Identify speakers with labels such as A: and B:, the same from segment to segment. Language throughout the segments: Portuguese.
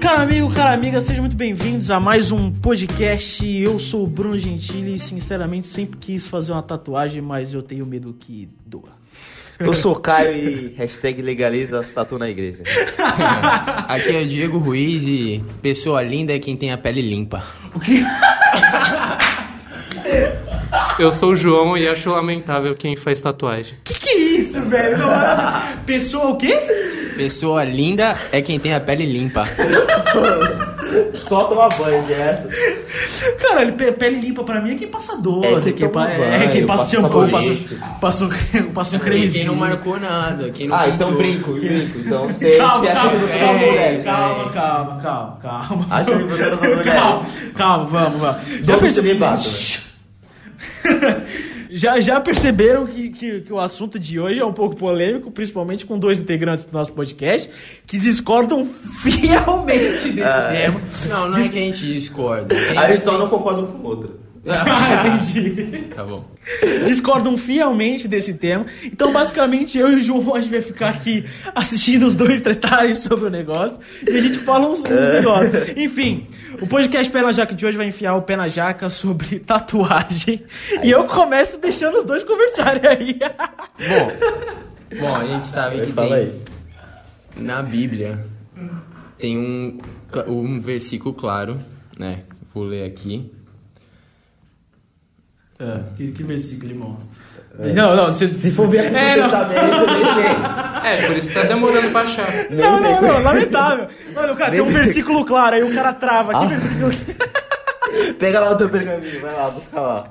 A: Cara amigo, cara amiga, sejam muito bem-vindos a mais um podcast. Eu sou o Bruno Gentili e, sinceramente, sempre quis fazer uma tatuagem, mas eu tenho medo que doa.
B: Eu sou o Caio e hashtag legaliza as tatu na igreja.
C: Aqui é o Diego Ruiz e pessoa linda é quem tem a pele limpa.
D: Eu sou o João e acho lamentável quem faz tatuagem.
A: Que que é isso, velho? Não, é- Pessoa o quê?
C: Pessoa linda é quem tem a pele limpa.
B: Só tomar banho
A: é
B: dessa.
A: Caralho, pe- pele limpa pra mim é quem passa dor,
B: É quem toma
A: pa- é
B: banho,
A: quem passa
B: passa
A: shampoo,
B: sabonete.
A: passa, passa, um- passa um
C: E quem
A: cremezinho.
C: não marcou nada, quem não
B: Ah, então
C: pintou.
B: brinco, brinco. Então você
A: Calma,
B: você acha
A: calma,
B: que eu tô
A: calma,
B: tomando
A: velho,
B: mulher.
A: calma, calma, calma, calma.
B: Acha que você tá não sabe
A: Calma, calma, vamos, vamos.
B: Não me bata.
A: Já, já perceberam que, que, que o assunto de hoje é um pouco polêmico, principalmente com dois integrantes do nosso podcast que discordam fielmente desse
B: Ah,
A: tema.
C: Não, não é que a gente discorda. Quem-
B: A gente só não concorda um com o outro.
A: Ah, entendi.
C: Tá bom.
A: Discordam fielmente desse tema. Então, basicamente, eu e o João a gente vai ficar aqui assistindo os dois tretarem sobre o negócio e a gente fala uns, uns negócios. Enfim, o podcast Pé na Jaca de hoje vai enfiar o Pé na Jaca sobre tatuagem. E eu começo deixando os dois conversarem aí.
C: Bom, bom, a gente sabe que
B: Fala
C: tem
B: aí.
C: na Bíblia tem um, cla- um versículo claro, né? Vou ler aqui.
B: Ah.
A: que, versículo, irmão? Não, não, se, se for ver
B: É,
A: não, não,
B: testamento, nem
D: É, por isso tá demorando pra achar.
A: não, não, lamentável. Mano, cara, tem um versículo claro, aí o cara trava. Que versículo?
B: sei. Pega lá o teu pergaminho, vai lá, busca lá.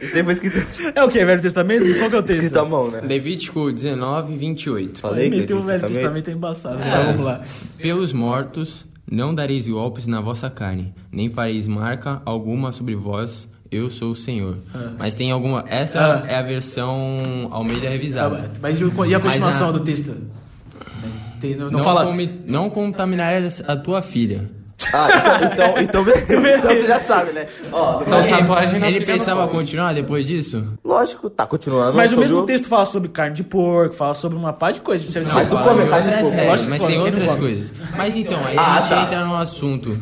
B: Você foi escrito,
A: É o quê? Velho Testamento? Qual que é o texto?
B: escrito à mão, né?
C: Levítico 19, 28.
B: Falei que
A: Meteu o
B: é
A: Velho
B: testamento?
A: Testamento é embaçado.
C: É.
A: Tá, vamos lá.
C: Pelos mortos não dareis golpes na vossa carne, nem fareis marca alguma sobre vós. Eu sou o Senhor. Mas tem alguma. Essa
A: Ah. Tá
C: é a versão Almeida revisada.
A: Mas e o- e a
C: Tá Mas
A: continuação
C: a-
A: do texto? Tem- não, não fala.
C: comi- não contaminarás a tua filha.
B: Ah, então, então,
A: um
B: então, então você já sabe, né? Ó,
A: Tá
D: Então,
C: ele
D: tatuagem não
C: ele
D: fica no
C: pensava
D: corpo.
C: continuar depois disso?
B: lógico, tá continuando.
A: Mas o
B: sobre
A: mesmo texto fala sobre carne de porco, fala sobre uma pá de coisas.
B: Mas tu
C: Fala
B: come
C: de
B: carne de
C: outras
B: porco,
C: regras,
A: lógico que
C: Mas
A: come,
C: tem
A: quem não
C: outras
A: come?
C: coisas. Mas então, aí
B: Ah,
C: a gente
B: tá.
C: entra num assunto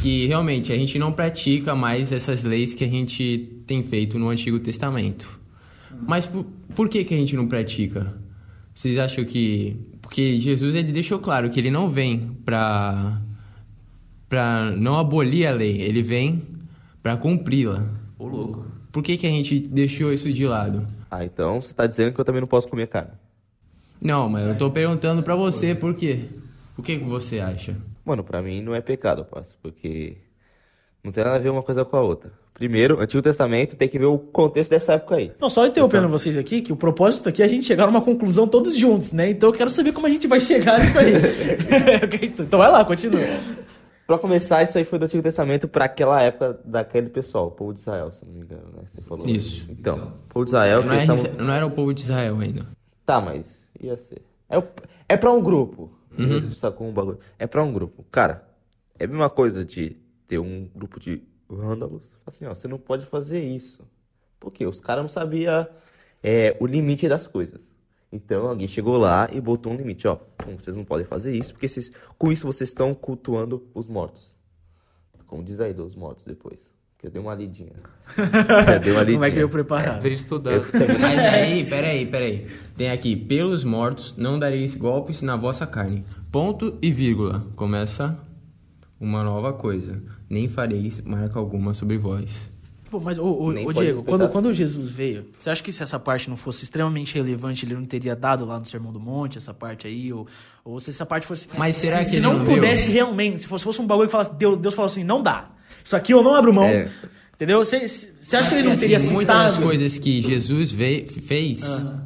C: que realmente a gente não pratica mais essas leis que a gente tem feito no Antigo Testamento. Mas por, por que, que a gente não pratica? Vocês acham que. Porque Jesus ele deixou claro que ele não vem pra, pra não abolir a lei, ele vem pra cumpri-la.
B: Ô, louco.
C: Por que, que a gente deixou isso de lado?
B: Ah, então você tá dizendo que eu também não posso comer carne.
C: Não, mas eu tô perguntando pra você por quê? O que, que você acha?
B: Mano, pra mim não é pecado, parça, porque não tem nada a ver uma coisa com a outra. Primeiro, Antigo Testamento tem que ver o contexto dessa época aí.
A: Não, só interrompendo vocês aqui, que o propósito aqui é a gente chegar numa conclusão todos juntos, né? Então eu quero saber como a gente vai chegar nisso aí. Ok, então vai lá, continua.
B: Pra começar, isso aí foi do Antigo Testamento pra aquela época daquele pessoal, o povo de Israel, se não me engano, né? Você falou.
C: Isso.
B: Então, o povo de Israel,
C: Não, é
B: que eles
C: era,
B: tavam-
C: não era o povo de Israel ainda.
B: Tá, mas ia ser. É, o- é pra um grupo. Sacou um bagulho. É pra um grupo. Cara, é a mesma coisa de ter um grupo de vândalos. Assim, ó, você não pode fazer isso. Por quê? Os caras não sabiam é, o limite das coisas. Então alguém chegou lá e botou um limite, ó. Pum, vocês não podem fazer isso, porque vocês, com isso vocês estão cultuando os mortos. Como diz aí dos mortos depois. Que eu dei uma lidinha. Eu dei uma lidinha.
A: Como é que eu preparado?
D: Veio Tá estudando.
C: Mas aí, peraí, peraí. Tem aqui, pelos mortos não dareis golpes na vossa carne. Ponto e vírgula. Começa uma nova coisa. Nem fareis marca alguma sobre vós.
A: Pô, mas, ô, ô,
B: Nem
A: ô,
B: pode
A: Diego,
B: respeitar
A: quando,
B: assim.
A: quando Jesus veio, você acha que se essa parte não fosse extremamente relevante, ele não teria dado lá no Sermão do Monte, essa parte aí? Ou, ou se essa parte fosse.
C: Mas será
A: se,
C: que
A: se
C: ele
A: não,
C: não deu?
A: pudesse realmente, se fosse, fosse um bagulho que falasse, Deus, Deus falou assim, não dá. Isso aqui eu não abro mão.
B: É.
A: Entendeu? Você você- você acha que ele não
C: Assim,
A: teria
C: Muitas das
A: citado? Ah.
C: coisas que Jesus ve- fez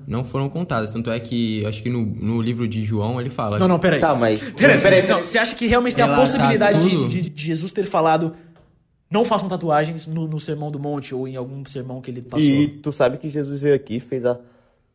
C: não foram contadas. Tanto é que, acho que no, no livro de João ele fala...
A: Não, não, peraí.
B: Tá, mas.
A: Peraí, peraí, não, você acha que realmente tem a
C: Relatar
A: possibilidade de,
C: tá tudo?
A: de- de Jesus ter falado não façam tatuagens no, no Sermão do Monte ou em algum sermão que ele passou?
B: E tu sabe que Jesus veio aqui, fez a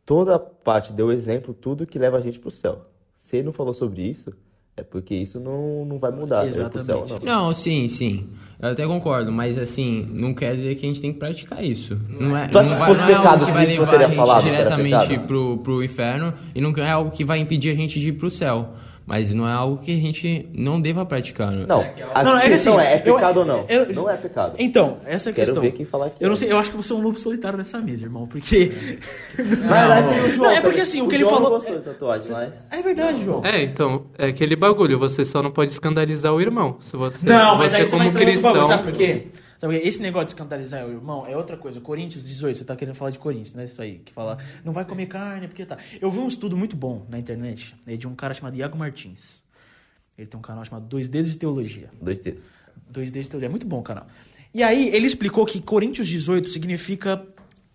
B: toda a parte, deu exemplo, tudo que leva a gente pro céu. Se ele não falou sobre isso, é porque isso não, não vai mudar. eu pro céu,
A: Exatamente.
B: não.
C: Não, sim, sim. Eu até concordo, mas assim, não quer dizer que a gente tem que praticar isso. Não é,
B: Tu acha
C: não
B: que se
C: vai-
B: fosse
C: não é algo
B: pecado,
C: que vai
B: Cristo não
C: levar
B: teria
C: a gente
B: falado que era
C: diretamente
B: pecado?
C: pro, pro inferno e não é algo que vai impedir a gente de ir pro céu. Mas não é algo que a gente não deva praticar. né?
B: Não, a
A: Não, é que
B: questão
A: assim,
B: é, é
A: eu-
B: pecado ou não?
A: eu-
B: não é pecado.
A: Então, essa é a
B: Quero
A: questão.
B: ver quem falar que
A: eu não
B: é.
A: sei, eu acho que você é um lobo solitário nessa mesa, irmão, porque.
B: Mas lá tem o João
A: Não, é porque
B: também.
A: assim, o que ele
B: João
A: falou-
B: não gostou da tatuagem, mas...
A: É verdade, João.
D: É, então, é aquele bagulho, você só não pode escandalizar o irmão. Se você,
A: Não, mas
D: você
A: aí você vai
D: como
A: entrar em outro
D: cristão.
A: bagulho, sabe por quê? Sabe por quê? Esse negócio de escandalizar o irmão é outra coisa. Coríntios 18, você tá querendo falar de Coríntios, né? Isso aí, que fala, não vai comer carne, porque tá. Eu vi um estudo muito bom na internet, é de um cara chamado Iago Martins. Ele tem um canal chamado Dois Dedos de Teologia.
B: Dois dedos.
A: 2D de teoria. É muito bom o canal. E aí, ele explicou que Coríntios 18 significa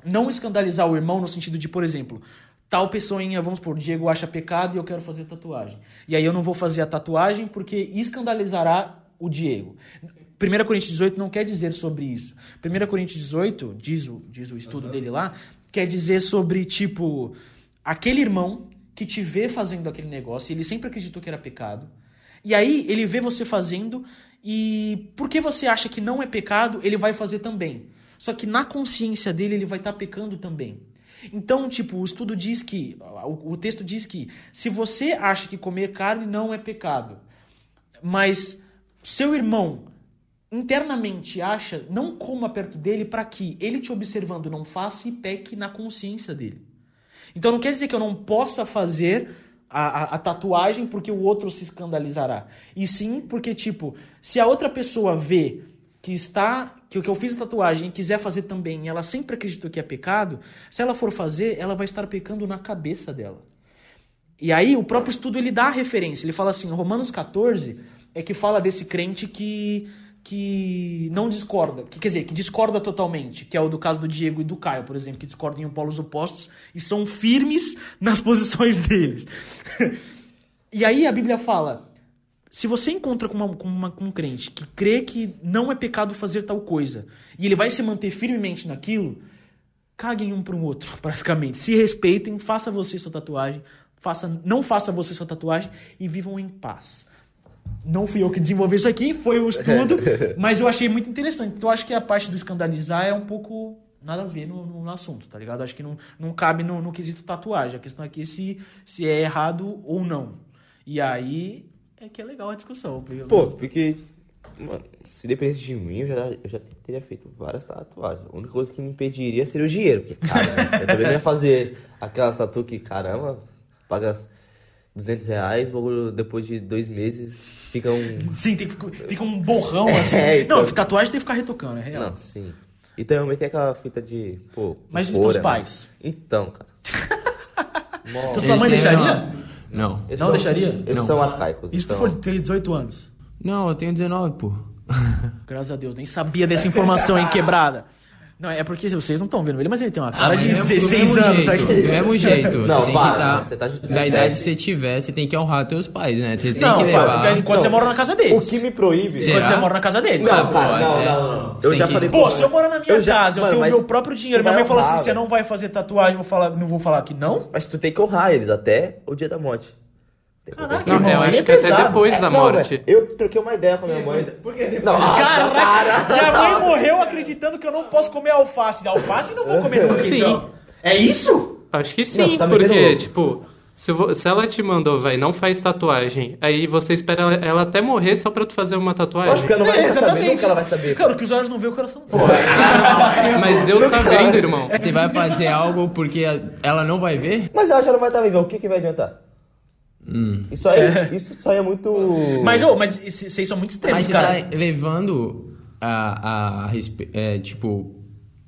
A: não escandalizar o irmão no sentido de, por exemplo, tal pessoinha, vamos por Diego acha pecado e eu quero fazer tatuagem. E aí eu não vou fazer a tatuagem porque escandalizará o Diego. 1 Coríntios 18 não quer dizer sobre isso. 1 Coríntios 18, diz o, diz o estudo dele lá, quer dizer sobre, tipo, aquele irmão que te vê fazendo aquele negócio, ele sempre acreditou que era pecado. E aí ele vê você fazendo e porque você acha que não é pecado, ele vai fazer também. Só que na consciência dele ele vai estar pecando também. Então, tipo, o estudo diz que o o texto diz que se você acha que comer carne não é pecado, mas seu irmão internamente acha, não coma perto dele para que ele te observando não faça e peque na consciência dele. Então não quer dizer que eu não possa fazer a, a- a tatuagem porque o outro se escandalizará. E sim porque, tipo, se a outra pessoa vê que está. que o que eu fiz a tatuagem e quiser fazer também, e ela sempre acreditou que é pecado, se ela for fazer, ela vai estar pecando na cabeça dela. E aí o próprio estudo ele dá a referência. Ele fala assim, Romanos 14 é que fala desse crente que que não discorda, que quer dizer, que discorda totalmente, que é o do caso do Diego e do Caio, por exemplo, que discordam em polos opostos e são firmes nas posições deles. e aí a Bíblia fala: se você encontra com, uma- com uma- com um crente que crê que não é pecado fazer tal coisa, e ele vai se manter firmemente naquilo, caguem um pro outro, praticamente. Se respeitem, faça você sua tatuagem, faça, não faça você sua tatuagem e vivam em paz. Não fui eu que desenvolvi isso aqui, foi o estudo, mas eu achei muito interessante. Então, eu acho que a parte do escandalizar é um pouco nada a ver no, no assunto, tá ligado? Acho que não, não cabe no, no quesito tatuagem. A questão aqui é se, se é errado ou não. E aí é que é legal a discussão. porque-
B: Pô, porque... Mano, se dependesse de mim, eu já, eu já teria feito várias tatuagens. A única coisa que me impediria seria o dinheiro. Porque, cara, eu também não ia fazer aquelas tatu que, caramba, paga as 200 reais, o bagulho depois de dois meses fica um...
A: Sim, tem que, fica- fica um borrão assim.
B: É, então.
A: Não, tatuagem tem que ficar retocando, é real.
B: Não, sim. E também tem aquela fita de, pô...
A: Mas e
B: cora,
A: teus pais?
B: mano. Então, cara... Mó-
A: Então, Tua
C: Eles
A: mãe
C: têm-
A: deixaria?
C: Não.
B: Eles
A: Não
B: são-
A: deixaria?
B: Eles
C: Não.
B: são arcaicos.
A: Isso tu
B: então-
A: foi de ter 18 anos.
C: Não, eu tenho 19, pô.
A: Ah, Graças a Deus, nem sabia dessa informação hein, quebrada. Não, é porque vocês não estão vendo ele, mas ele tem uma cara
C: Ah, mas
A: de
C: do mesmo- do
A: 16
C: mesmo
A: anos
C: jeito, É.
A: aqui.
C: Do mesmo jeito.
B: Não,
C: você tem
B: para,
C: que tá,
B: você tá de
C: Da
B: 17.
C: idade que você tiver, você tem que honrar teus pais, né? Você tem
A: Não,
C: que
A: Fábio,
C: levar.
A: de vez em quando
B: Não.
A: você mora na casa
B: O
A: deles.
B: que me proíbe...
C: Sim.
A: Quando
C: Será?
A: você mora na casa deles.
B: Não, cara, não,
C: pô, é.
B: não, não.
C: Você
B: Eu
C: tem
B: já
C: que-
B: falei
A: Pô,
B: pro-
A: se eu morar na minha
B: já-
A: casa, eu
B: mano,
A: tenho
B: mas
A: meu próprio dinheiro.
B: tu
A: Minha
B: vai
A: mãe falou assim:
B: honrar,
A: você
B: velho.
A: não vai fazer tatuagem, vou falar, não vou falar que não?
B: Mas tu tem que honrar eles até o dia da morte.
A: Caraca,
D: Não,
A: irmão,
D: eu
A: aí
D: acho
A: é
D: que até
A: pesado.
D: depois da
B: Não,
D: morte.
B: velho, eu troquei uma ideia com a minha mãe.
C: Por quê?
B: Não,
A: Caraca,
B: cara.
A: minha mãe morreu acreditando que eu não posso comer alface. Alface não vou comer no
D: Sim.
A: feijão. É isso?
D: Acho que sim,
B: Não, tu tá metendo
D: porque,
B: louco.
D: tipo, se, vo- se ela te mandou, velho, não faz tatuagem, aí você espera ela, ela até morrer só pra tu fazer uma tatuagem.
B: Lógico que ela não vai
A: É,
B: nunca saber, nunca ela vai saber. é.
A: Cara, o que os olhos não veem, o coração não vê.
D: Mas Deus tá vendo, irmão.
C: Você vai fazer algo porque ela não vai ver?
B: Mas eu acho que ela não vai estar viva, o que que vai adiantar?
C: Hum.
B: Isso aí, isso só é muito...
A: Mas, ô, mas esse- vocês são muito
C: Mas
A: extremos,
C: você
A: cara.
C: tá levando a, a respe- é, tipo,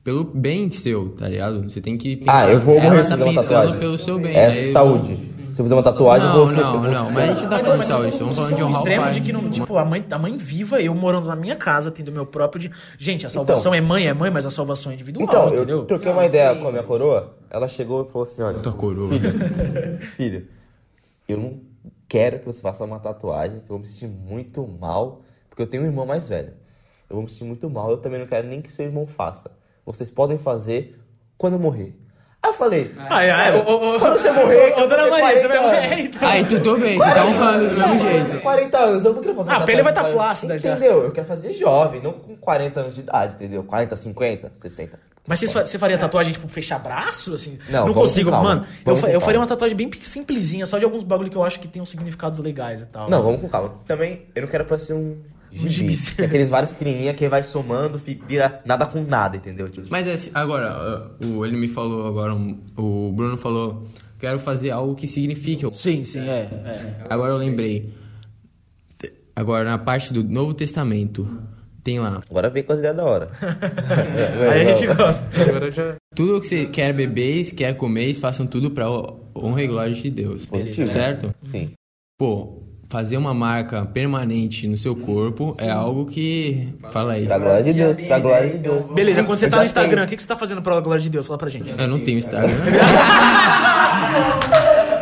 C: pelo bem seu, tá ligado? Você tem que pensar.
B: Ah, eu vou morrer
C: ela
B: se
C: tá
B: fizer uma
C: pensando
B: tatuagem.
C: pelo seu bem.
B: É
C: aí eu-
B: saúde. Se eu fizer uma tatuagem, eu
C: Não,
B: vou...
C: não,
B: eu vou-
C: não, mas a gente tá
A: Mas,
C: falando de
A: mas vocês
C: saúde,
A: estão- vocês
C: estamos falando de
A: estão no
C: honrar o
A: extremo
C: pai.
A: de que não, tipo, a mãe, a mãe viva, eu morando na minha casa, tendo meu próprio. di- Gente, a salvação é mãe, é mãe, mas a salvação é individual,
B: Então,
A: entendeu?
B: eu troquei uma ideia com a minha coroa, ela chegou e falou assim, olha,
C: Puta coroa.
A: né?"
B: filho, eu não quero que você faça uma tatuagem, que eu vou me sentir muito mal, porque eu tenho um irmão mais velho. Eu vou me sentir muito mal, eu também não quero nem que seu irmão faça. Vocês podem fazer quando eu morrer. Aí eu falei,
A: Ai, ai, ô, ô, ô.
B: Ah, é, quando você morrer,
A: Ô, dona
B: eu vou ter
A: Maria, você vai
B: 40 anos.
A: morrer, então.
C: Aí tudo bem, você tá honrando do mesmo jeito.
B: 40 anos, eu não quero fazer
A: Ah,
B: nada
A: pele vai
B: pra-
A: tá flácida já.
B: Entendeu? Eu quero fazer jovem, não com 40 anos de idade, entendeu? 40, 50, 60.
A: Mas você, fa- você faria tatuagem, tipo, fechar braço, assim?
B: Não, vamos com
A: consigo,
B: calma.
A: mano. Eu,
B: Vamos
A: fa-
B: com
A: eu faria
B: calma.
A: uma tatuagem bem simplesinha, só de alguns bagulho que eu acho que tem uns significados legais e tal.
B: Não, vamos com calma. Também, eu não quero parecer um gibi.
A: gibi.
B: Tem aqueles vários pequenininhos que vai somando, fica- vira nada com nada, entendeu? Tipo,
C: Mas é assim, agora, uh, o, ele me falou agora, um- o Bruno falou, quero fazer algo que signifique.
A: Sim, sim, é. é.
C: Agora eu lembrei. Te- Agora na parte do Novo Testamento, tem lá.
B: Agora vem com as ideias da hora. É,
A: Aí a gente gosta.
D: Agora já.
C: Tudo que você quer beber, quer comer, façam tudo pra o- honra e glória de Deus.
B: Positivo.
C: Certo?
B: Sim.
C: Pô, fazer uma marca permanente no seu corpo é algo que. Fala aí.
B: Pra glória de Deus, pra glória de Deus.
A: Beleza,
B: Sim,
A: quando você
B: eu
A: tá
B: já
A: no Instagram,
B: tenho.
A: o que, que você tá fazendo pela glória de Deus? Fala pra gente.
C: Eu não tenho Instagram.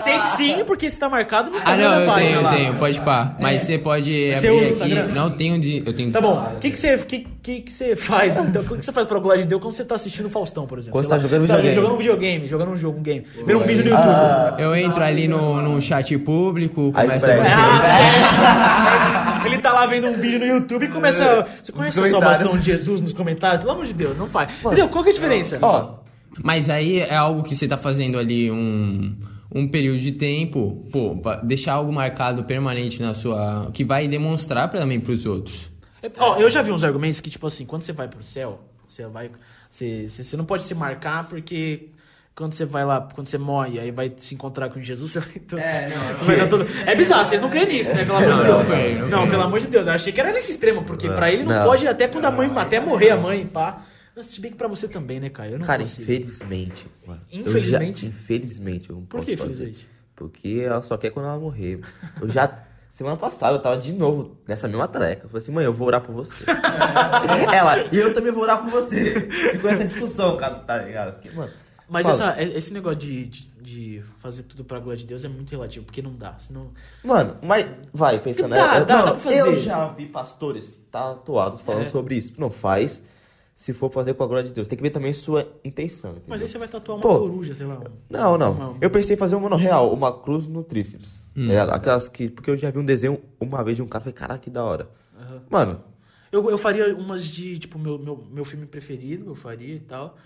A: Tem sim, porque você tá marcado no
C: Ah,
A: Instagram
C: não,
A: da
C: eu
A: página
C: tenho, eu
A: lá. É.
C: tenho. Pode pá. Mas você pode
A: Você usa o
C: abrir
A: Instagram?
C: aqui. Não, eu tenho de. Eu tenho
A: Tá bom, o que, que, você, que, que, que você faz? Então, o que, que você faz pela glória de Deus quando você tá assistindo o Faustão, por exemplo?
B: Quando
A: Sei
B: tá
A: lá,
B: jogando
A: você
B: videogame. Ah.
A: jogando um videogame, jogando um jogo, um game. Vendo um vídeo no YouTube.
C: Eu entro ali no, no chat público,
B: Aí
C: começa
B: espreme.
C: a.
A: Ele tá lá vendo um vídeo no YouTube e começa. Você conhece a
B: comentários.
A: salvação de Jesus nos comentários? Pelo amor de Deus, não faz. Entendeu? Qual que é a diferença?
B: Ó,
C: Mas aí é algo que você tá fazendo ali um, um período de tempo, pô, va- deixar algo marcado permanente na sua. que vai demonstrar pra- também pros outros.
A: É, ó, eu já vi uns argumentos que, tipo assim, quando você vai pro céu, você vai. Você, você, você não pode se marcar porque. Quando você vai lá, quando você morre, aí vai se encontrar com Jesus, você vai. Todo, é, vai dar todo... é bizarro, vocês não creem nisso, né? Pelo amor de Deus.
C: não, não,
A: Não,
C: não.
A: pelo amor de Deus. Eu achei que era nesse extremo, porque pra ele não,
B: Não.
A: pode, até quando a mãe. até morrer a mãe, pá. Se bem que pra você também, né, Caio? Eu não
B: cara,
A: consigo.
B: infelizmente, mano. eu já-
A: Infelizmente?
B: infelizmente, eu não
A: Por
B: posso
A: que
B: fazer.
A: infelizmente?
B: Porque ela só quer quando ela morrer. Eu já. Semana passada eu tava de novo nessa mesma treca. Eu falei assim, mãe, eu vou orar por você. ela, e eu também vou orar por você. Ficou essa discussão, cara, tá ligado? Porque, mano.
A: Mas
B: fala,
A: essa- é, esse negócio de, de, de fazer tudo pra glória de Deus é muito relativo, porque não dá. Senão...
B: Mano, mas vai pensando. né,
A: Dá, Tá,
B: eu,
A: dá,
B: mano,
A: dá pra fazer.
B: Eu já vi pastores tatuados falando
A: É.
B: sobre isso. Não faz se for fazer com a glória de Deus. Tem que ver também sua intenção. Entendeu?
A: Mas aí você vai tatuar uma
B: Uhum. Pô,
A: coruja, sei lá. um-
B: Não, não.
A: Não.
B: Eu pensei em fazer uma no real, uma cruz no tríceps.
C: Hum.
B: É, aquelas que. Porque eu já vi um desenho uma vez de um cara e falei, caraca, que da hora. Mano,
A: Eu, eu faria umas de, tipo, meu, meu, meu filme preferido, eu faria e tal.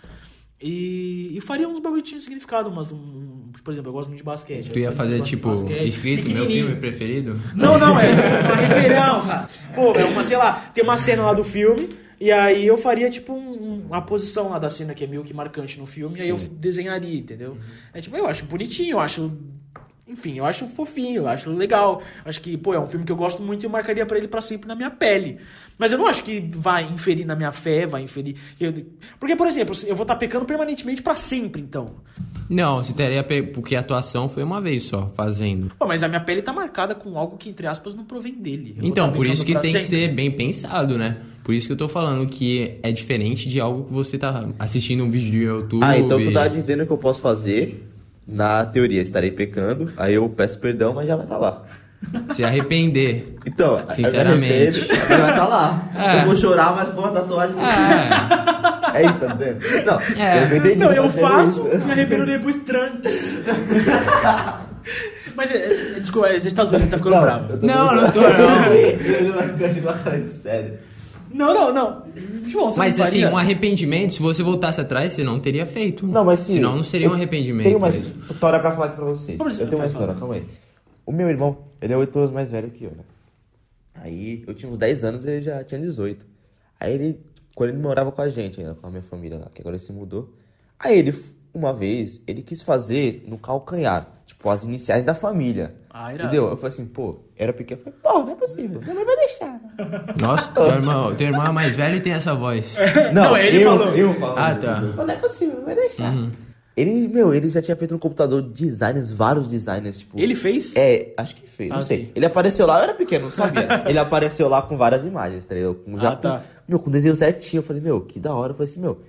A: E, e faria uns bagulho que tinha significado, umas. um- um- por exemplo, eu gosto muito de basquete.
C: Tu ia
A: eu
C: fazer,
A: gosto de
C: tipo,
A: basquete,
C: escrito, meu
A: pequenininho.
C: filme preferido?
A: Não, não, é uma referão, cara. Pô, é uma, sei lá, tem uma cena lá do filme, e aí eu faria, tipo, um- uma posição lá da cena que é meio que marcante no filme, e aí eu
B: Sim.
A: desenharia, entendeu?
C: Uhum.
A: É tipo, eu acho bonitinho, eu acho. Enfim, eu acho fofinho, eu acho legal. Acho que, pô, é um filme que eu gosto muito e eu marcaria pra ele pra sempre na minha pele. Mas eu não acho que vai inferir na minha fé, vai inferir. eu- Porque, por exemplo, eu vou estar pecando permanentemente pra sempre, então.
C: Não, você teria. pe- Porque a atuação foi uma vez só, fazendo.
A: Pô, mas a minha pele tá marcada com algo que, entre aspas, não provém dele. Eu vou
C: Então,
A: tá
C: por
A: pecando
C: isso que
A: pra
C: tem que
A: sempre.
C: ser bem pensado, né? Por isso que eu tô falando que é diferente de algo que você tá assistindo um vídeo do YouTube.
B: ah, então tu tá dizendo que eu posso fazer. Na teoria, estarei pecando, aí eu peço perdão, mas já vai estar lá.
C: Se arrepender.
B: Então, aí eu me
C: Sinceramente.
B: arrependo, mas vai estar lá.
C: É.
B: Eu vou chorar, mas com a tatuagem.
C: É,
B: É isso, que tá dizendo? Não,
C: É.
B: eu não entendi.
A: Não,
B: você tá
A: eu
B: dizendo
A: faço,
B: isso.
A: me arrependo depois tranco. Mas, é, é, desculpa, é, você tá zoando, tá ficando
B: Não,
A: bravo.
B: eu tô
C: Não,
B: brincando.
C: não tô, não.
B: Eu não vou continuar falando isso, é sério.
A: Não, não, não. João, você
C: Mas
A: não
C: assim,
A: faria?
C: um arrependimento, se você voltasse atrás, você não teria feito.
B: Não, mas se.
C: Senão não seria um
B: eu
C: arrependimento.
B: Tenho uma
C: mesmo.
B: história pra falar aqui pra vocês.
A: Como assim?
B: Eu tenho uma
A: Vai,
B: história,
A: fala.
B: calma aí. O meu irmão, ele é 8 anos mais velho que eu, né? Aí eu tinha uns 10 anos e ele já tinha 18. Aí ele, quando ele morava com a gente ainda, com a minha família lá, que agora ele se mudou. Aí ele, uma vez, ele quis fazer no calcanhar, tipo, as iniciais da família.
A: Ah, irado.
B: entendeu? Eu falei assim, pô, era pequeno. Eu falei, pô, não é possível. Minha mãe vai deixar, né?
C: Nossa, teu irmão, teu irmão é mais velho e tem essa voz.
A: Não, ele
B: eu,
A: falou.
B: Eu falo.
C: Ah, tá. Uhum.
B: Mas Não é possível, vai deixar. Ele, meu, ele já tinha feito no computador designs, vários designs, tipo.
A: Ele fez?
B: É, acho que fez,
A: Ah,
B: não sei.
A: sim.
B: Ele apareceu lá, eu era pequeno, não sabia. ele apareceu lá com várias imagens, tá ligado? Com, já
A: Ah, tá.
B: com, meu, com desenho certinho. Eu falei, meu, que da hora. Eu falei assim, meu,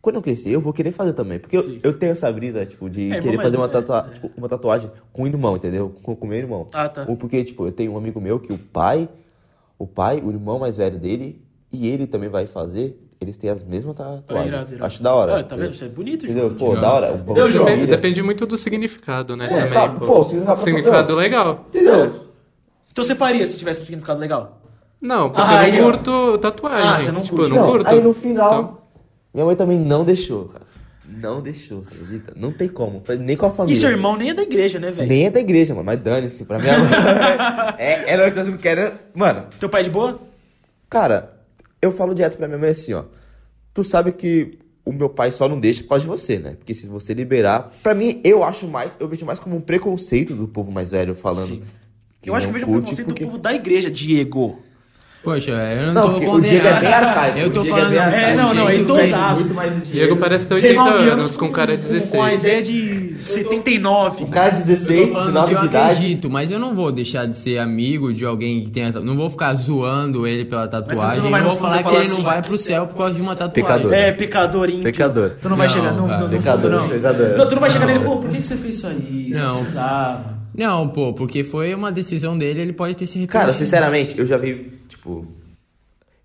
B: quando eu crescer, eu vou querer fazer também. Porque eu,
A: Sim.
B: eu tenho essa brisa, tipo, de
A: É, irmão
B: querer
A: mais
B: fazer uma,
A: novo, é,
B: tatua- tipo, uma tatuagem com o irmão, entendeu? Com, com o meu irmão.
A: Ah, tá.
B: Ou porque, tipo, eu tenho um amigo meu que o pai, o pai, o irmão mais velho dele, e ele também vai fazer. eles têm as mesmas
A: Olha,
B: tatuagens.
A: irado, irado.
B: Acho da hora.
A: Ah, tá vendo? Isso é bonito,
B: Entendeu?
A: João.
B: Pô,
C: Irado.
B: da hora. O
A: Eu, João.
D: Depende,
B: família.
D: depende muito do significado, né?
B: É,
D: também,
B: tá,
D: pô.
B: pô, significado-
D: significado legal.
B: Entendeu?
A: Então você faria se tivesse um significado legal?
D: Não, porque
A: Ah,
D: eu
A: aí, ó.
D: não curto tatuagem.
A: Ah, você não
D: tipo,
A: curte.
D: eu não,
B: Não,
D: curto.
B: aí no final,
D: Então,
B: minha mãe também não deixou, cara. Não deixou, você acredita? Não tem como. Nem com a família.
A: E seu irmão nem é da igreja, né, velho?
B: Nem é da igreja, mano. Mas dane-se, pra minha mãe. é, era uma coisa que era. Mano,
A: Teu pai é de boa?
B: cara, eu falo direto pra minha mãe assim, ó. Tu sabe que o meu pai só não deixa por causa de você, né? Porque se você liberar. Pra mim, eu acho mais. Eu vejo mais como um preconceito do povo mais velho falando.
A: Sim. eu acho que
B: não
A: eu vejo o
B: curte
A: preconceito
B: porque-
A: do povo da igreja, Diego.
C: Poxa, eu não,
B: Não,
C: tô
B: porque o
C: condenando.
B: Diego é bem arcaico.
C: Eu tô
B: o Diego É,
C: falando.
B: bem
A: É,
B: arcaico.
A: não,
B: O
A: não,
B: Diego
A: eles
C: jeito
A: tão
B: fez
A: usados.
B: muito mais dinheiro.
D: Diego parece ter 80 anos com um cara de
A: Com a
D: 16.
A: ideia de 79.
B: O cara de
C: Eu tô
B: 16,
C: falando
B: 19
C: que eu
B: de idade.
C: acredito, mas eu não vou deixar de ser amigo de alguém que tenha. Não vou ficar zoando ele pela
A: tu
C: tatuagem.
A: não
C: Eu
A: vai
C: não
A: no
C: vou
A: fundo
C: falar que
A: falar
C: ele
A: assim.
C: não vai pro céu por causa de uma tatuagem.
B: Pecador.
A: É, pecador ímpio.
B: Pecador.
A: Tu não vai
C: Não,
A: chegar. Não,
C: cara.
A: não, não,
B: Pecador,
A: não.
B: pecador.
A: Não, tu não vai chegar nele, pô, por que, que você fez isso aí?
C: Não.
A: precisava.
C: Não, pô, porque foi uma decisão dele, ele pode ter se
B: Cara,
C: arrependido.
B: sinceramente, eu já vi, tipo.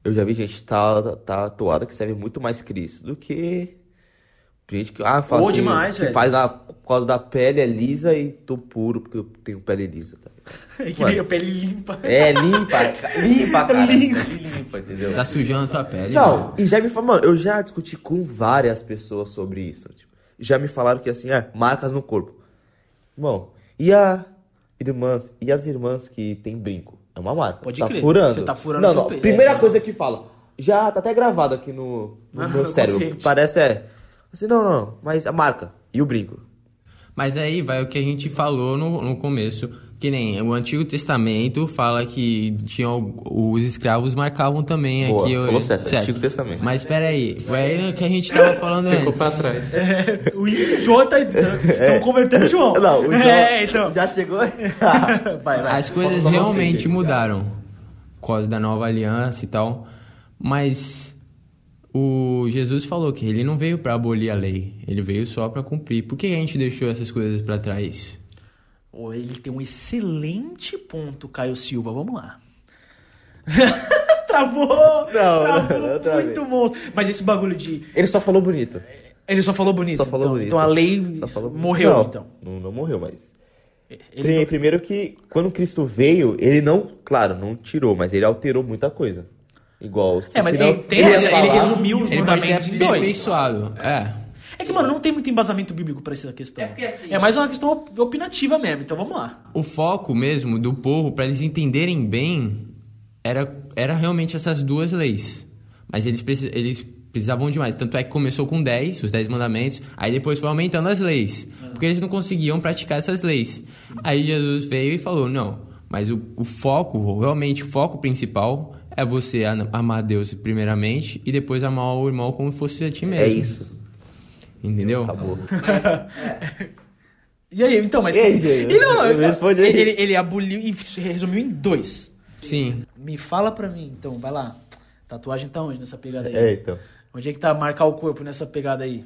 B: Eu já vi gente ta- ta- tatuada que serve muito mais Cristo do que. Gente que. Ah, fala
A: Ou
B: assim,
A: demais,
B: que
A: velho.
B: faz a, por causa da pele é lisa e tô puro porque eu tenho pele lisa. Tá?
A: É que
B: Mano.
A: nem a pele limpa.
B: É, limpa, ca- limpa, cara.
A: Limpa.
B: limpa, entendeu?
C: Tá sujando a tua pele. mano.
B: Não, e já me falaram, eu já discuti com várias pessoas sobre isso. tipo, já me falaram que assim, é, marcas no corpo. Irmão, e a irmãs, e as irmãs que tem brinco? É uma marca.
A: Pode
B: tá
A: crer,
B: Furando.
A: você tá furando
B: Não,
A: teu
B: não.
A: peito.
B: Primeira coisa que fala. Já tá até gravado aqui no, no
A: Ah,
B: meu
A: eu
B: cérebro.
A: consciente.
B: Parece é. Assim, não, não, não, mas a marca e o brinco.
C: Mas aí vai o que a gente falou no, no começo, que nem o Antigo Testamento fala que tinham os escravos marcavam também
B: Boa,
C: aqui. o-
B: falou certo, Antigo Testamento.
C: Mas peraí, foi o que a gente tava falando
D: ficou
C: antes.
D: pra trás.
A: É, o João tá. Estão convertendo o João.
B: É. Não, o João
A: É, então.
B: já chegou.
A: Vai, vai.
C: As coisas
B: Só você,
C: realmente
B: Diego,
C: mudaram por causa da nova aliança e tal. Mas o Jesus falou que ele não veio pra abolir a lei, ele veio só pra cumprir. Por que a gente deixou essas coisas pra trás?
A: Ô, Ele tem um excelente ponto, Caio Silva. Vamos lá. travou!
B: não,
A: travou
B: não travei.
A: muito monstro. Mas esse bagulho de.
B: Ele só falou bonito.
A: Ele só falou bonito.
B: Só falou
A: então,
B: bonito.
A: Então a lei
B: Só falou bonito.
A: morreu,
B: Não,
A: então.
B: Não, não morreu, mas.
A: Ele
B: Pri- Primeiro que quando Cristo veio, ele não, claro, não tirou, mas ele alterou muita coisa. Igual. Se,
A: É, mas
B: senão,
A: ele, tem
B: ia
A: essa, ele
B: falar-
A: resumiu os
C: Ele pode ter
A: mandamentos em dois.
C: aperfeiçoado. É.
A: É que, mano, não tem muito embasamento bíblico pra essa questão. É,
C: assim,
A: mais uma questão op- opinativa mesmo, então vamos lá.
C: O foco mesmo do povo, para eles entenderem bem, era, era realmente essas duas leis. Mas eles, precis- eles precisavam de mais. Tanto é que começou com 10, os 10 mandamentos, aí depois foi aumentando as leis. Porque eles não conseguiam praticar essas leis. Aí Jesus veio e falou: não, mas o, o foco, realmente o foco principal, é você an- amar Deus primeiramente e depois amar o irmão como fosse a ti mesmo.
B: É isso.
C: Entendeu?
B: Acabou.
A: E aí, então, mas.
B: E aí, Diego?
A: E não, não,
B: Eu respondi.
A: ele, ele, ele aboliu e f- resumiu em dois.
C: Sim.
A: Me fala pra mim, então, vai lá. Tatuagem tá onde nessa pegada aí?
B: É, então.
A: Onde é que tá marcar o corpo nessa pegada aí?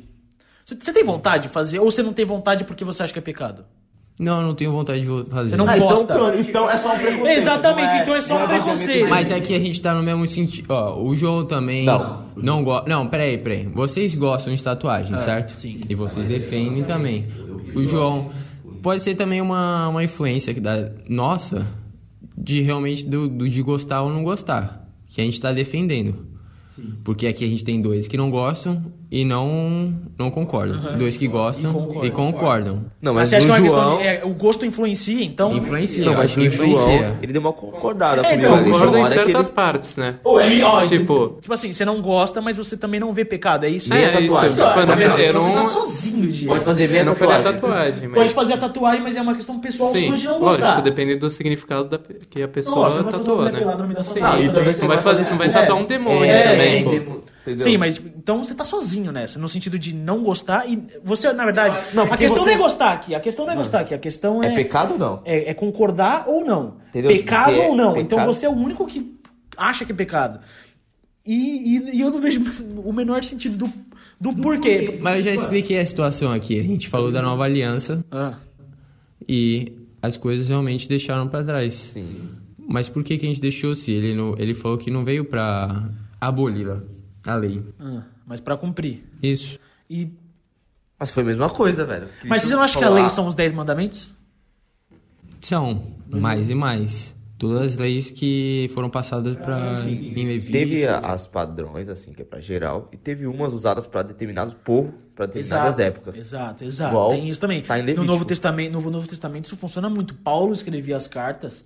A: Você- Você tem vontade de fazer ou você não tem vontade porque você acha que é pecado?
C: Não, eu não tenho vontade de vo- fazer.
A: Você não
B: Ah, então,
A: gosta.
B: pronto, então é só um preconceito.
A: Exatamente,
B: não
A: então é só um
B: não baseamento
A: preconceito.
B: nenhum.
C: Mas aqui a gente tá no mesmo sentido. Ó, o João também
B: Não.
C: não gosta. Não, peraí, peraí. Vocês gostam de tatuagem, certo? Sim. E vocês defendem também. O João pode ser também uma, uma influência que da nossa de realmente do, do- de gostar ou não gostar. Que a gente tá defendendo. Porque aqui a gente tem dois que não gostam e não, não concordam. Dois que gostam
A: concordam.
C: e concordam.
B: Não,
A: Mas
B: mas,
A: você acha que é
B: o
A: uma
B: João.
A: questão de. é, o gosto influencia, então.
C: Influencia.
B: Não,
C: eu
B: mas
C: acho que
B: o João,
C: influencia.
B: ele deu uma concordada
A: É,
B: comigo
A: então,
B: ali.
A: concordo
D: Concordo
B: João,
D: em
B: hora que
D: certas
B: ele...
D: partes, né?
A: E, ó,
D: Tipo-
A: tipo assim, você não gosta, mas você também não vê pecado, é isso?
B: Nem a
D: É, isso,
B: tatuagem.
D: tipo, eu não-
A: Tá vendo?
D: eu
A: Você tá
D: não-
A: sozinho, Diego.
B: Pode fazer
D: eu
B: meia
D: não falei a
B: tatuagem.
D: tatuagem,
A: Pode
D: mas...
A: fazer a tatuagem, mas é uma questão pessoal
D: Sim,
A: sua de não gostar.
D: lógico, depende do significado da- que a
A: Não,
D: pessoa
A: ó, você não vai fazer uma
D: tatua,
A: mulher
D: né?
A: pelada no meio da sua
D: Sim.
A: sala
B: Ah, e também você
D: Não vai fazer, não vai tatuar um demônio
A: É,
D: também,
A: sim,
D: pô.
B: demo- entendeu?
A: Sim, mas então você tá sozinho nessa, no sentido de não gostar e você, na verdade,
B: Não,
A: a
B: porque
A: questão
B: você-
A: não é gostar aqui, a questão não é gostar aqui, a questão é
B: É pecado ou não?
A: é, é concordar ou não,
B: Entendeu?
A: pecado
B: Você é
A: ou não. Então
B: pecado.
A: você é o único que acha que é pecado. E, e- e eu não vejo o menor sentido do, do porquê.
C: Mas eu já expliquei a situação aqui. A gente falou da nova aliança.
A: Ah,
C: E as coisas realmente deixaram pra trás.
B: Sim.
C: Mas por que, que a gente deixou se ele não, ele falou que não veio pra aboli-la? a lei.
A: Ah, mas pra cumprir.
C: Isso.
A: E...
B: Mas foi a mesma coisa, velho. Cristo
A: Mas você não acha que a
B: falou,
A: lei
B: ah,
A: são os 10 mandamentos?
C: São mais e mais. Todas as leis que foram passadas
A: Ah,
C: pra, em Levi.
B: Teve a-
A: né?
B: as padrões, assim, que é pra geral, e teve umas usadas pra determinados povos, pra determinadas épocas.
A: Exato, exato.
B: Igual
A: Tem isso também.
B: tá em
A: no
B: Levítico.
A: Novo Testamento, no Novo Testamento isso funciona muito. Paulo escrevia as cartas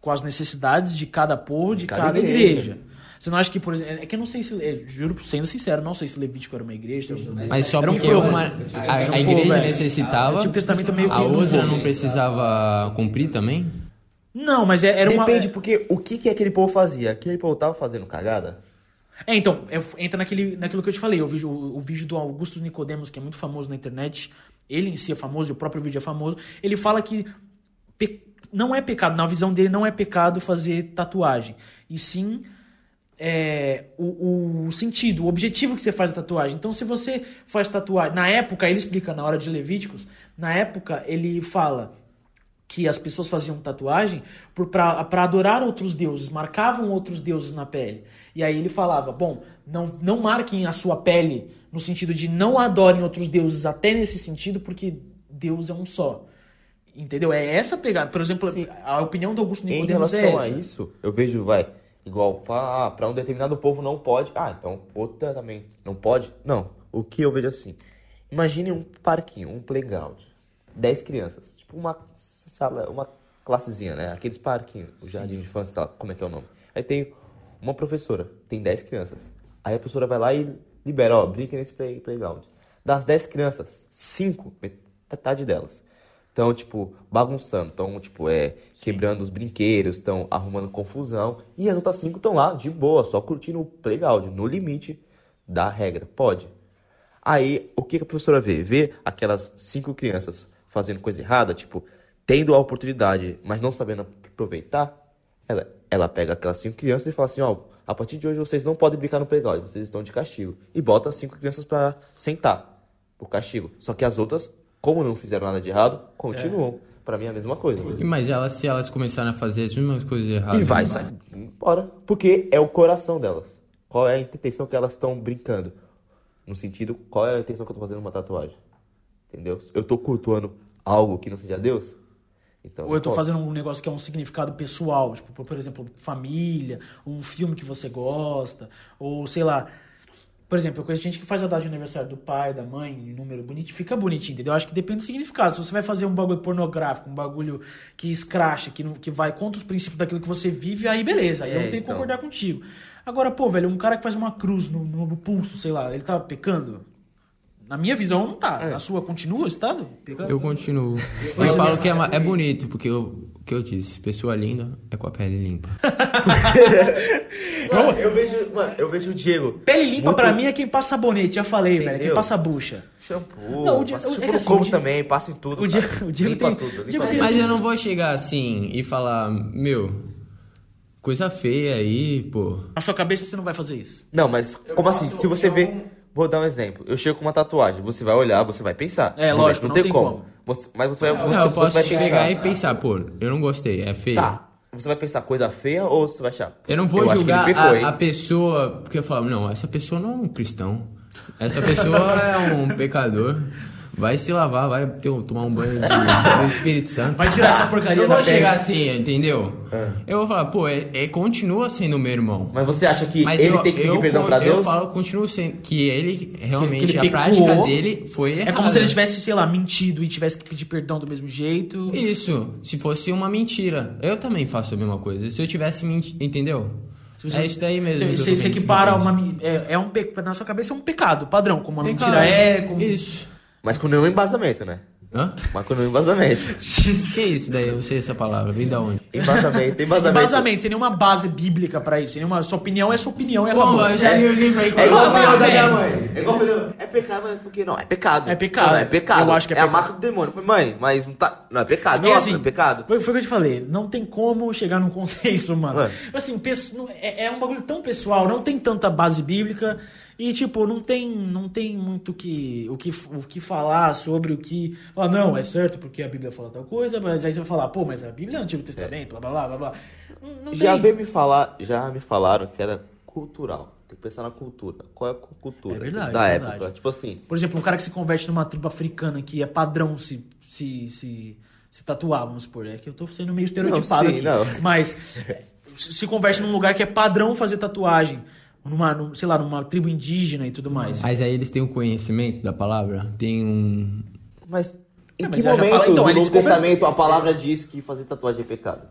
A: com as necessidades de cada povo, de, cada,
B: cada
A: igreja.
B: igreja.
A: Você não acha que, por exemplo, é que eu não sei se, é, juro sendo sincero, não sei se Levítico era uma igreja. se era um-
C: Mas só
A: era um
C: porque
A: povo.
C: uma- a,
A: Era um
C: a
A: povo,
C: igreja
A: é. O
C: necessitava,
A: Antigo Testamento é meio que
C: a
A: um
C: outra
A: povo.
C: não precisava cumprir também?
A: Não, mas é- era uma
B: Depende, porque o que, que aquele povo fazia? Aquele povo tava fazendo cagada?
A: É, então, é, entra naquele, naquilo que eu te falei, o vídeo, o, o vídeo do Augusto Nicodemos, que é muito famoso na internet, ele em si é famoso, e o próprio vídeo é famoso, ele fala que pe- não é pecado, na visão dele não é pecado fazer tatuagem, e sim é, o, o sentido, o objetivo que você faz da tatuagem. Então, se você faz tatuagem, na época, ele explica na hora de Levíticos, na época ele fala que as pessoas faziam tatuagem para adorar outros deuses, marcavam outros deuses na pele. E aí ele falava: bom, não, não marquem a sua pele no sentido de não adorem outros deuses, até nesse sentido, porque Deus é um só. Entendeu? É essa a pegada. Por exemplo, a opinião do Augusto
B: Em
A: Nicodemus é
B: relação
A: essa.
B: a isso, eu vejo, vai, igual pra, pra um determinado povo não pode. Ah, então outra também não pode? Não. O que eu vejo assim? Imagine um parquinho, um playground. Dez crianças. Tipo uma sala, uma classezinha, né? Aqueles parquinhos, o jardim de infância, sei lá, como é que é o nome. Aí tem uma professora, tem dez crianças. Aí a professora vai lá e libera, ó, brinca nesse play- playground. Das dez crianças, cinco, metade delas, estão, tipo, bagunçando, estão, tipo, é, quebrando os brinquedos, estão arrumando confusão. E as outras cinco estão lá, de boa, só curtindo o playground, no limite da regra. Pode. Aí, o que que a professora vê? Vê aquelas cinco crianças fazendo coisa errada, tipo, tendo a oportunidade, mas não sabendo aproveitar. Ela, ela pega aquelas cinco crianças e fala assim, ó, a partir de hoje vocês não podem brincar no playground, vocês estão de castigo. E bota as cinco crianças pra sentar o castigo. Só que as outras, como não fizeram nada de errado, continuam. Pra mim é a mesma coisa.
C: E, Mas elas, se elas começarem a fazer as mesmas coisas erradas...
B: E vai sair embora. Porque é o coração delas. Qual é a intenção que elas estão brincando? No sentido, qual é a intenção que eu tô fazendo uma tatuagem? Entendeu? Eu tô cultuando algo que não seja Deus? Então,
A: Ou eu tô
B: posso.
A: fazendo um negócio que é um significado pessoal, tipo, por por exemplo, família, um filme que você gosta, ou sei lá. Por exemplo, eu conheço gente que faz a data de aniversário do pai, da mãe, em número bonito, fica bonitinho, entendeu? Eu acho que depende do significado. Se você vai fazer um bagulho pornográfico, um bagulho que escracha, que, não, que vai contra os princípios daquilo que você vive, aí beleza, aí eu
B: É,
A: vou ter que
B: então.
A: concordar contigo. Agora, pô, velho, um cara que faz uma cruz no, no pulso, sei lá, ele tá pecando? Na minha visão, não tá.
B: É.
A: Na sua, continua estando? Pecando?
C: Eu continuo. Eu falo que é, ma- é bonito, porque eu, o que eu disse, pessoa linda é com a pele limpa.
B: Mano, eu vejo, mano, eu vejo o Diego.
A: Pele limpa
B: muito
A: pra mim é quem passa bonete, já falei, velho. É quem
B: Entendeu?
A: passa bucha.
B: Shampoo.
A: Não, o
B: Não,
A: Di-
B: passa
A: o- é
B: shampoo
A: que
B: no
A: assim,
B: corpo
A: o Di-
B: também, passa em tudo.
A: o Di-
B: cara.
A: o Diego
B: limpa
A: tem-
B: tudo,
A: o
B: limpa
A: Diego
B: tudo.
A: tem-
C: Mas eu não vou chegar assim e falar, meu, coisa feia aí, pô.
A: Na sua cabeça você não vai fazer isso.
B: Não, mas como assim? Se você vê. Vou dar um exemplo. Eu chego com uma tatuagem, você vai olhar, você vai pensar.
A: É,
B: Não,
A: lógico,
B: Não,
A: não
B: tem,
A: tem
B: como.
A: como.
B: Você- mas você vai, você,
C: Não, eu
B: você
C: posso
B: vai pensar.
C: chegar e pensar, pô, eu não gostei, é feio.
B: Tá. Você vai pensar coisa feia ou você vai achar?
C: Eu não vou
B: acho que
C: julgar
B: ele pecou,
C: a,
B: hein?
C: a pessoa, porque eu falo, não, essa pessoa não é um cristão. Essa pessoa é um pecador. Vai se lavar, vai ter, um- tomar um banho de, do Espírito Santo.
A: Vai tirar essa porcaria
C: Ah, eu
A: da
C: vou
A: pele.
C: chegar assim, entendeu?
B: Ah.
C: Eu vou falar, pô, é, é- continua sendo meu irmão.
B: Mas você acha que
C: Mas
B: ele
C: eu,
B: tem que pedir
C: eu,
B: perdão
C: con-
B: pra Deus?
C: Eu falo, continuo sendo, que ele realmente,
A: ele
C: a
A: pecou.
C: prática dele foi errada.
A: É como se ele tivesse, sei lá, mentido e tivesse que pedir perdão do mesmo jeito.
C: Isso, se fosse uma mentira. Eu também faço a mesma coisa. Se eu tivesse mentido, entendeu?
A: Se você-
C: É isso daí mesmo.
A: Então,
C: que eu
A: Isso
C: tô
A: isso
C: pen-
A: equipara a
C: penso.
A: uma. men- É, é um pe... Na sua cabeça é um pecado padrão, como uma
C: Pecado.
A: mentira é. Como...
C: Isso.
B: Mas com nenhum embasamento, né?
C: Hã?
B: Mas com nenhum embasamento.
C: que é isso daí? Eu sei essa palavra. Vem da onde?
B: Embasamento, embasamento.
A: Embasamento, sem nenhuma base bíblica pra isso. sem Nenhuma... Sua opinião é sua opinião e acabou.
C: Bom, eu já li o livro aí.
B: É igual a
C: Fala,
B: opinião da
C: velho.
B: minha mãe. É igual a opinião. É pecado, mas por que não? É pecado.
A: É pecado.
B: Não, é pecado.
A: Eu acho que é
B: É a
A: pecado.
B: marca do demônio. Mãe, mas não tá. Não é pecado.
A: É
B: Nossa,
A: assim,
B: não é pecado.
A: Foi, foi o que eu te falei. Não tem como chegar num consenso, mano.
B: Mano.
A: Assim, pesso- não- é, é um bagulho tão pessoal, não tem tanta base bíblica. E, tipo, não tem, não tem muito que, o, que, o que falar sobre o que. Ah, não, é certo porque a Bíblia fala tal coisa, mas aí você vai falar, pô, mas a Bíblia é o Antigo Testamento, blá blá blá blá blá. Não, não
B: É. Já
A: tem.
B: veio me falar, já me falaram que era cultural. Tem que pensar na cultura. Qual é a cu- cultura
A: É verdade,
B: da
A: é
B: época?
A: verdade.
B: Tipo assim,
A: Por exemplo, um cara que se converte numa tribo africana que é padrão se, se, se, se tatuar, vamos supor. É que eu tô sendo meio estereotipado
B: Não, sim,
A: aqui.
B: não.
A: Mas é, se se converte num lugar que é padrão fazer tatuagem. Numa, num- sei lá, numa tribo indígena e tudo mais.
C: Mas aí eles têm o conhecimento da palavra? Tem um.
B: mas em
A: É, mas
B: que
A: ela já
B: momento
A: fala- então,
B: no
A: ele se
B: Novo
A: conver-
B: Testamento a palavra diz que fazer tatuagem é pecado?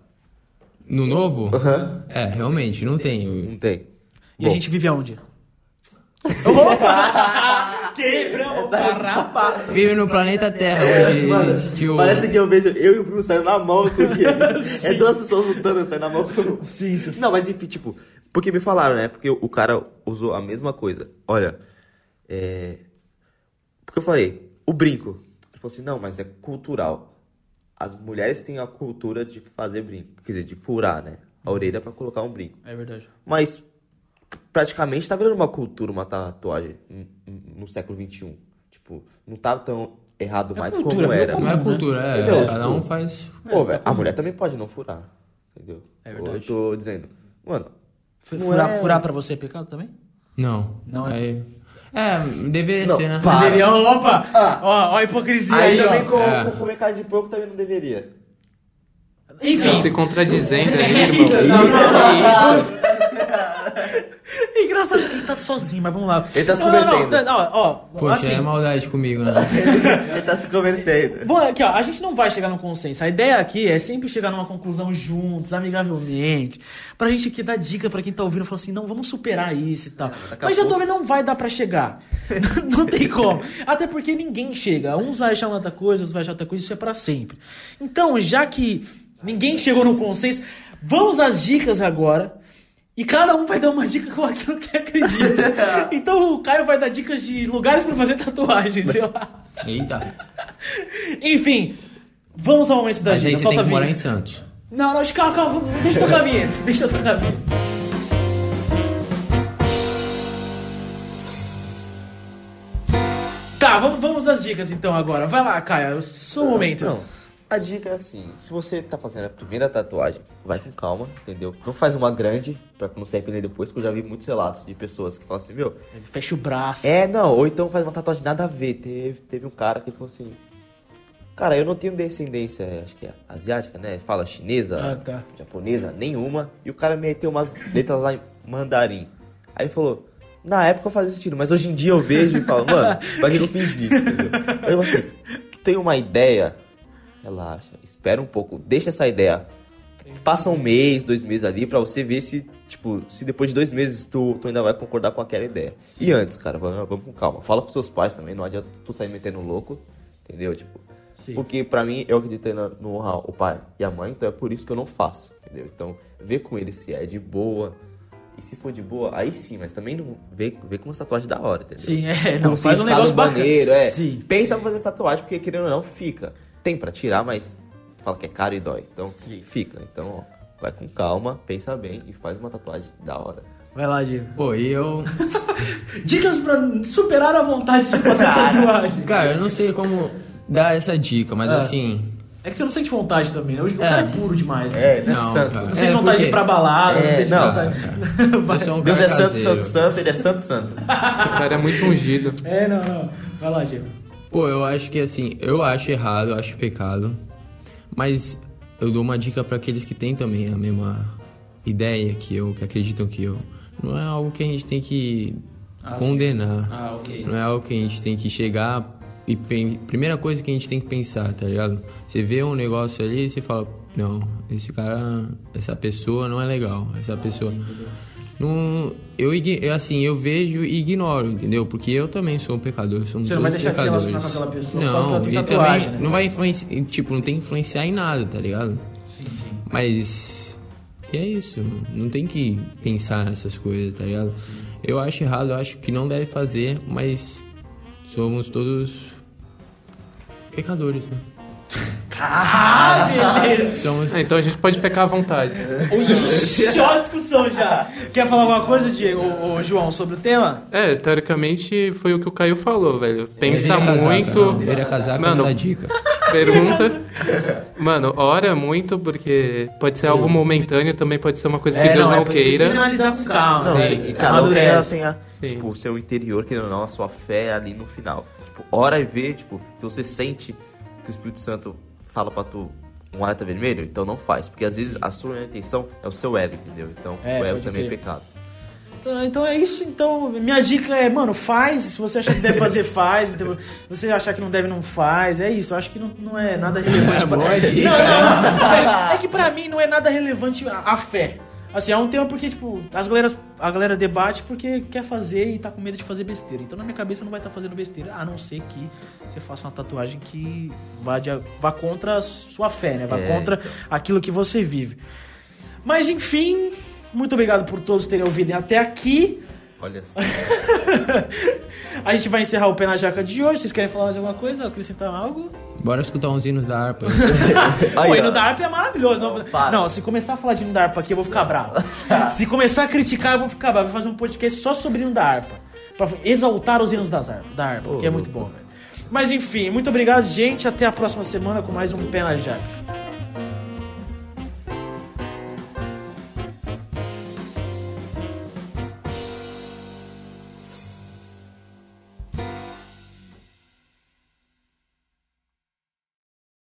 C: No novo? É, realmente, não tem.
B: Não tem.
A: E a
B: Bom,
A: gente vive aonde? Opa!
B: É
A: Quebramos a rapa!
C: Vive no planeta Terra, onde
B: Mano,
C: existiu.
B: parece que eu vejo eu e o Bruno saindo na mão com o dia. é duas pessoas lutando, saindo na mão com o
A: Sim, sim.
B: Não, mas enfim, tipo, porque me falaram, né? Porque o cara usou a mesma coisa. Olha, é. Porque eu falei, o brinco. Ele falou assim, não, mas é cultural. As mulheres têm a cultura de fazer brinco. Quer dizer, de furar, né? A orelha pra colocar um brinco.
A: É verdade.
B: Mas praticamente tá virando uma cultura uma tatuagem n- n- no século XXI. Tipo, não tá tão errado mais
A: cultura,
B: como
A: virou
B: era.
A: comum.
C: Não é cultura, é.
B: Entendeu?
C: Cada
B: Tipo,
C: um faz.
B: Pô, velho, a mulher também pode não furar. Entendeu?
A: tá É
B: Ou Eu
A: verdade.
B: tô dizendo, mano,
A: Fu-
B: Não
A: Furar,
B: é-
A: furar pra você é pecado também?
C: Não.
A: Não é-
C: é. É, deveria
B: Não,
C: ser, né?
B: pá. Para.
A: Deveria, opa!
B: Ah.
A: Ó, ó a hipocrisia
B: aí
A: aí,
B: também
A: ó.
B: com,
C: é.
B: com comer carne de porco também não deveria.
A: Enfim.
D: Tá se contradizendo aí,
A: Não, não,
D: irmão.
A: não, não. É Engraçado que ele tá sozinho, mas vamos lá.
B: Ele tá se
A: Não, não, não,
B: convertendo.
A: não, ó, ó,
C: Poxa,
A: assim,
C: é maldade comigo, né?
B: Ele tá se convertendo.
A: Bom, aqui, ó, a gente não vai chegar num consenso. A ideia aqui é sempre chegar numa conclusão juntos, amigavelmente. Pra gente aqui dar dica pra quem tá ouvindo, falar assim, não, vamos superar isso e tal. Mas já tô vendo, não vai dar pra chegar. não tem como. Até porque ninguém chega. Uns vai achar uma outra coisa, outros vai achar outra coisa, isso é pra sempre. Então, já que ninguém chegou num consenso, vamos às dicas agora. E cada um vai dar uma dica com aquilo que acredita. Então o Caio vai dar dicas de lugares pra fazer tatuagem, sei lá.
C: Eita.
A: Enfim, vamos ao momento da
C: Mas aí
A: gente.
C: você tem
A: Solta a
C: que morar em
A: vinheta.
C: Santos.
A: Não, não, calma, calma, deixa eu tocar a vinheta. Deixa eu tocar a vinheta. Tá, vamos, vamos às dicas então agora. Vai lá, Caio, o seu Um momento.
B: Não, a dica é assim: se você tá fazendo a primeira tatuagem, vai com calma, entendeu? Não faz uma grande pra não se arrepender depois, porque eu já vi muitos relatos de pessoas que falam assim: meu,
A: Fecha o braço.
B: é, não, ou então faz uma tatuagem nada a ver. Teve, teve um cara que falou assim: Cara, eu não tenho descendência, acho que é asiática, né? Fala chinesa,
A: Ah, tá.
B: japonesa, nenhuma. E o cara meteu umas letras lá em mandarim. Aí ele falou: Na época fazia sentido, mas hoje em dia eu vejo e falo: Mano, mas eu não fiz isso, entendeu? Eu assim: Tu tem uma ideia? Relaxa, espera um pouco, deixa essa ideia. Passa um mês, dois meses ali pra você ver se, tipo, se depois de dois meses tu, tu ainda vai concordar com aquela ideia. E antes, cara, vamos, vamos com calma. Fala com seus pais também, não adianta tu sair metendo louco, entendeu? Tipo,
A: Sim.
B: porque pra mim, eu acredito na- no honrar o pai e a mãe, então é por isso que eu não faço, entendeu? Então, vê com ele se é de boa. E se for de boa, aí sim, mas também não vê, vê com uma tatuagem da hora, entendeu?
A: Sim, é,
B: Com
A: não, faz um
B: significado
A: negócio bacana.
B: maneiro, é.
A: Sim.
B: Pensa pra fazer tatuagem, porque querendo ou não, fica. Tem pra tirar, mas fala que é caro e dói. Então, fica. Então, ó, vai com calma, pensa bem e faz uma tatuagem da hora.
A: Vai lá, Diego.
C: Pô, e eu.
A: Dicas pra superar a vontade de fazer tatuagem.
C: Cara, eu não sei como dar essa dica, mas
A: Ah.
C: assim.
A: É que você não sente vontade também, né? Hoje o cara é puro demais. né?
B: É, né,
C: Não,
B: santo.
C: cara.
A: Não sente
C: É,
A: vontade
C: por
A: de
C: quê?
A: ir pra balada, não
B: É,
A: sente
B: não.
A: vontade. Vai.
C: Eu sou um
B: Deus
C: cara
B: é santo, santo,
C: caseiro.
B: santo, ele é santo, santo.
D: O cara é muito ungido.
A: É, não, não. Vai lá, Diego.
C: Pô, eu acho que assim, eu acho errado, eu acho pecado. Mas eu dou uma dica pra aqueles que têm também a mesma ideia que eu, que acreditam que eu. Não é algo que a gente tem que
A: Ah, sim.
C: condenar.
A: Ah, ok.
C: Não é algo que a gente tem que chegar e pen- primeira coisa que a gente tem que pensar, tá ligado? Você vê um negócio ali e você fala, não, esse cara, essa pessoa não é legal, essa
A: Ah,
C: pessoa. Não, eu igni- eu, assim, eu vejo e ignoro, entendeu? Porque eu também sou um pecador, somos
A: Você não vai
C: todos
A: deixar de se
C: pecadores.
A: relacionar com aquela pessoa por
C: não,
A: causa que ela tem
C: e
A: tatuagem,
C: também
A: né?
C: não vai influenciar, tipo, não tem que influenciar em nada, tá ligado? Mas e é isso, não tem que pensar nessas coisas, tá ligado? Eu acho errado, eu acho que não deve fazer, mas somos todos pecadores, né?
A: Ah, beleza.
C: Somos
D: Ah, então a gente pode pecar à vontade.
A: Ixi, ó a discussão já. Quer falar alguma coisa, Diego, ô, ô, João, sobre o tema?
D: É, teoricamente foi o que o Caio falou, velho. Pensa
C: Vira é casaca,
D: muito.
C: não, vira casaca, não
D: Mano,
C: dá dica.
D: Pergunta. Mano, ora muito, porque pode ser algo momentâneo, também pode ser uma coisa que
A: É,
D: Deus
A: não,
D: não,
A: é pra- tem que
D: queira.
A: analisar com calma.
B: Não,
A: né?
B: sim, e cada um tem a,
A: Amadurece.
B: tem a-
D: Sim.
B: tipo, o seu interior, que não, a sua fé ali no final. Tipo, ora e vê, tipo, se você sente que o Espírito Santo fala pra tu um alerta vermelho, então não faz. Porque às vezes a sua intenção é o seu ego, entendeu? Então
A: É,
B: o ego
A: pode
B: também é
A: crer.
B: pecado.
A: Então- Então é isso, então minha dica é, mano, faz, se você achar que deve fazer, faz, então, se você achar que não deve, não faz, é isso, eu acho que não, não é nada relevante.
C: É boa
A: pra...
C: dica,
A: não, não, não, velho, é que pra mim não é nada relevante a, a fé. Assim, é um tema porque, tipo, as galeras, a galera debate porque quer fazer e tá com medo de fazer besteira. Então na minha cabeça não vai estar fazendo besteira, a não ser que você faça uma tatuagem que vá, de, vá contra a sua fé, né? Vá
B: É,
A: contra aquilo que você vive. Mas enfim, muito obrigado por todos terem ouvido até aqui.
B: Olha só.
A: A gente vai encerrar o Pé na Jaca de hoje. Vocês querem falar mais alguma coisa? Acrescentar algo?
C: Bora escutar uns hinos da harpa.
A: o
B: Aí,
A: hino
B: ó.
A: da harpa é maravilhoso. Não,
B: Não, para.
A: não, se começar a falar de hino da harpa aqui, eu vou ficar bravo. se começar a criticar, eu vou ficar bravo. Vou fazer um podcast só sobre hino da harpa. Pra exaltar os hinos das harpa, da harpa, que é muito bom, velho. Mas enfim, muito obrigado, gente. Até a próxima semana com mais um Pé na Jaca.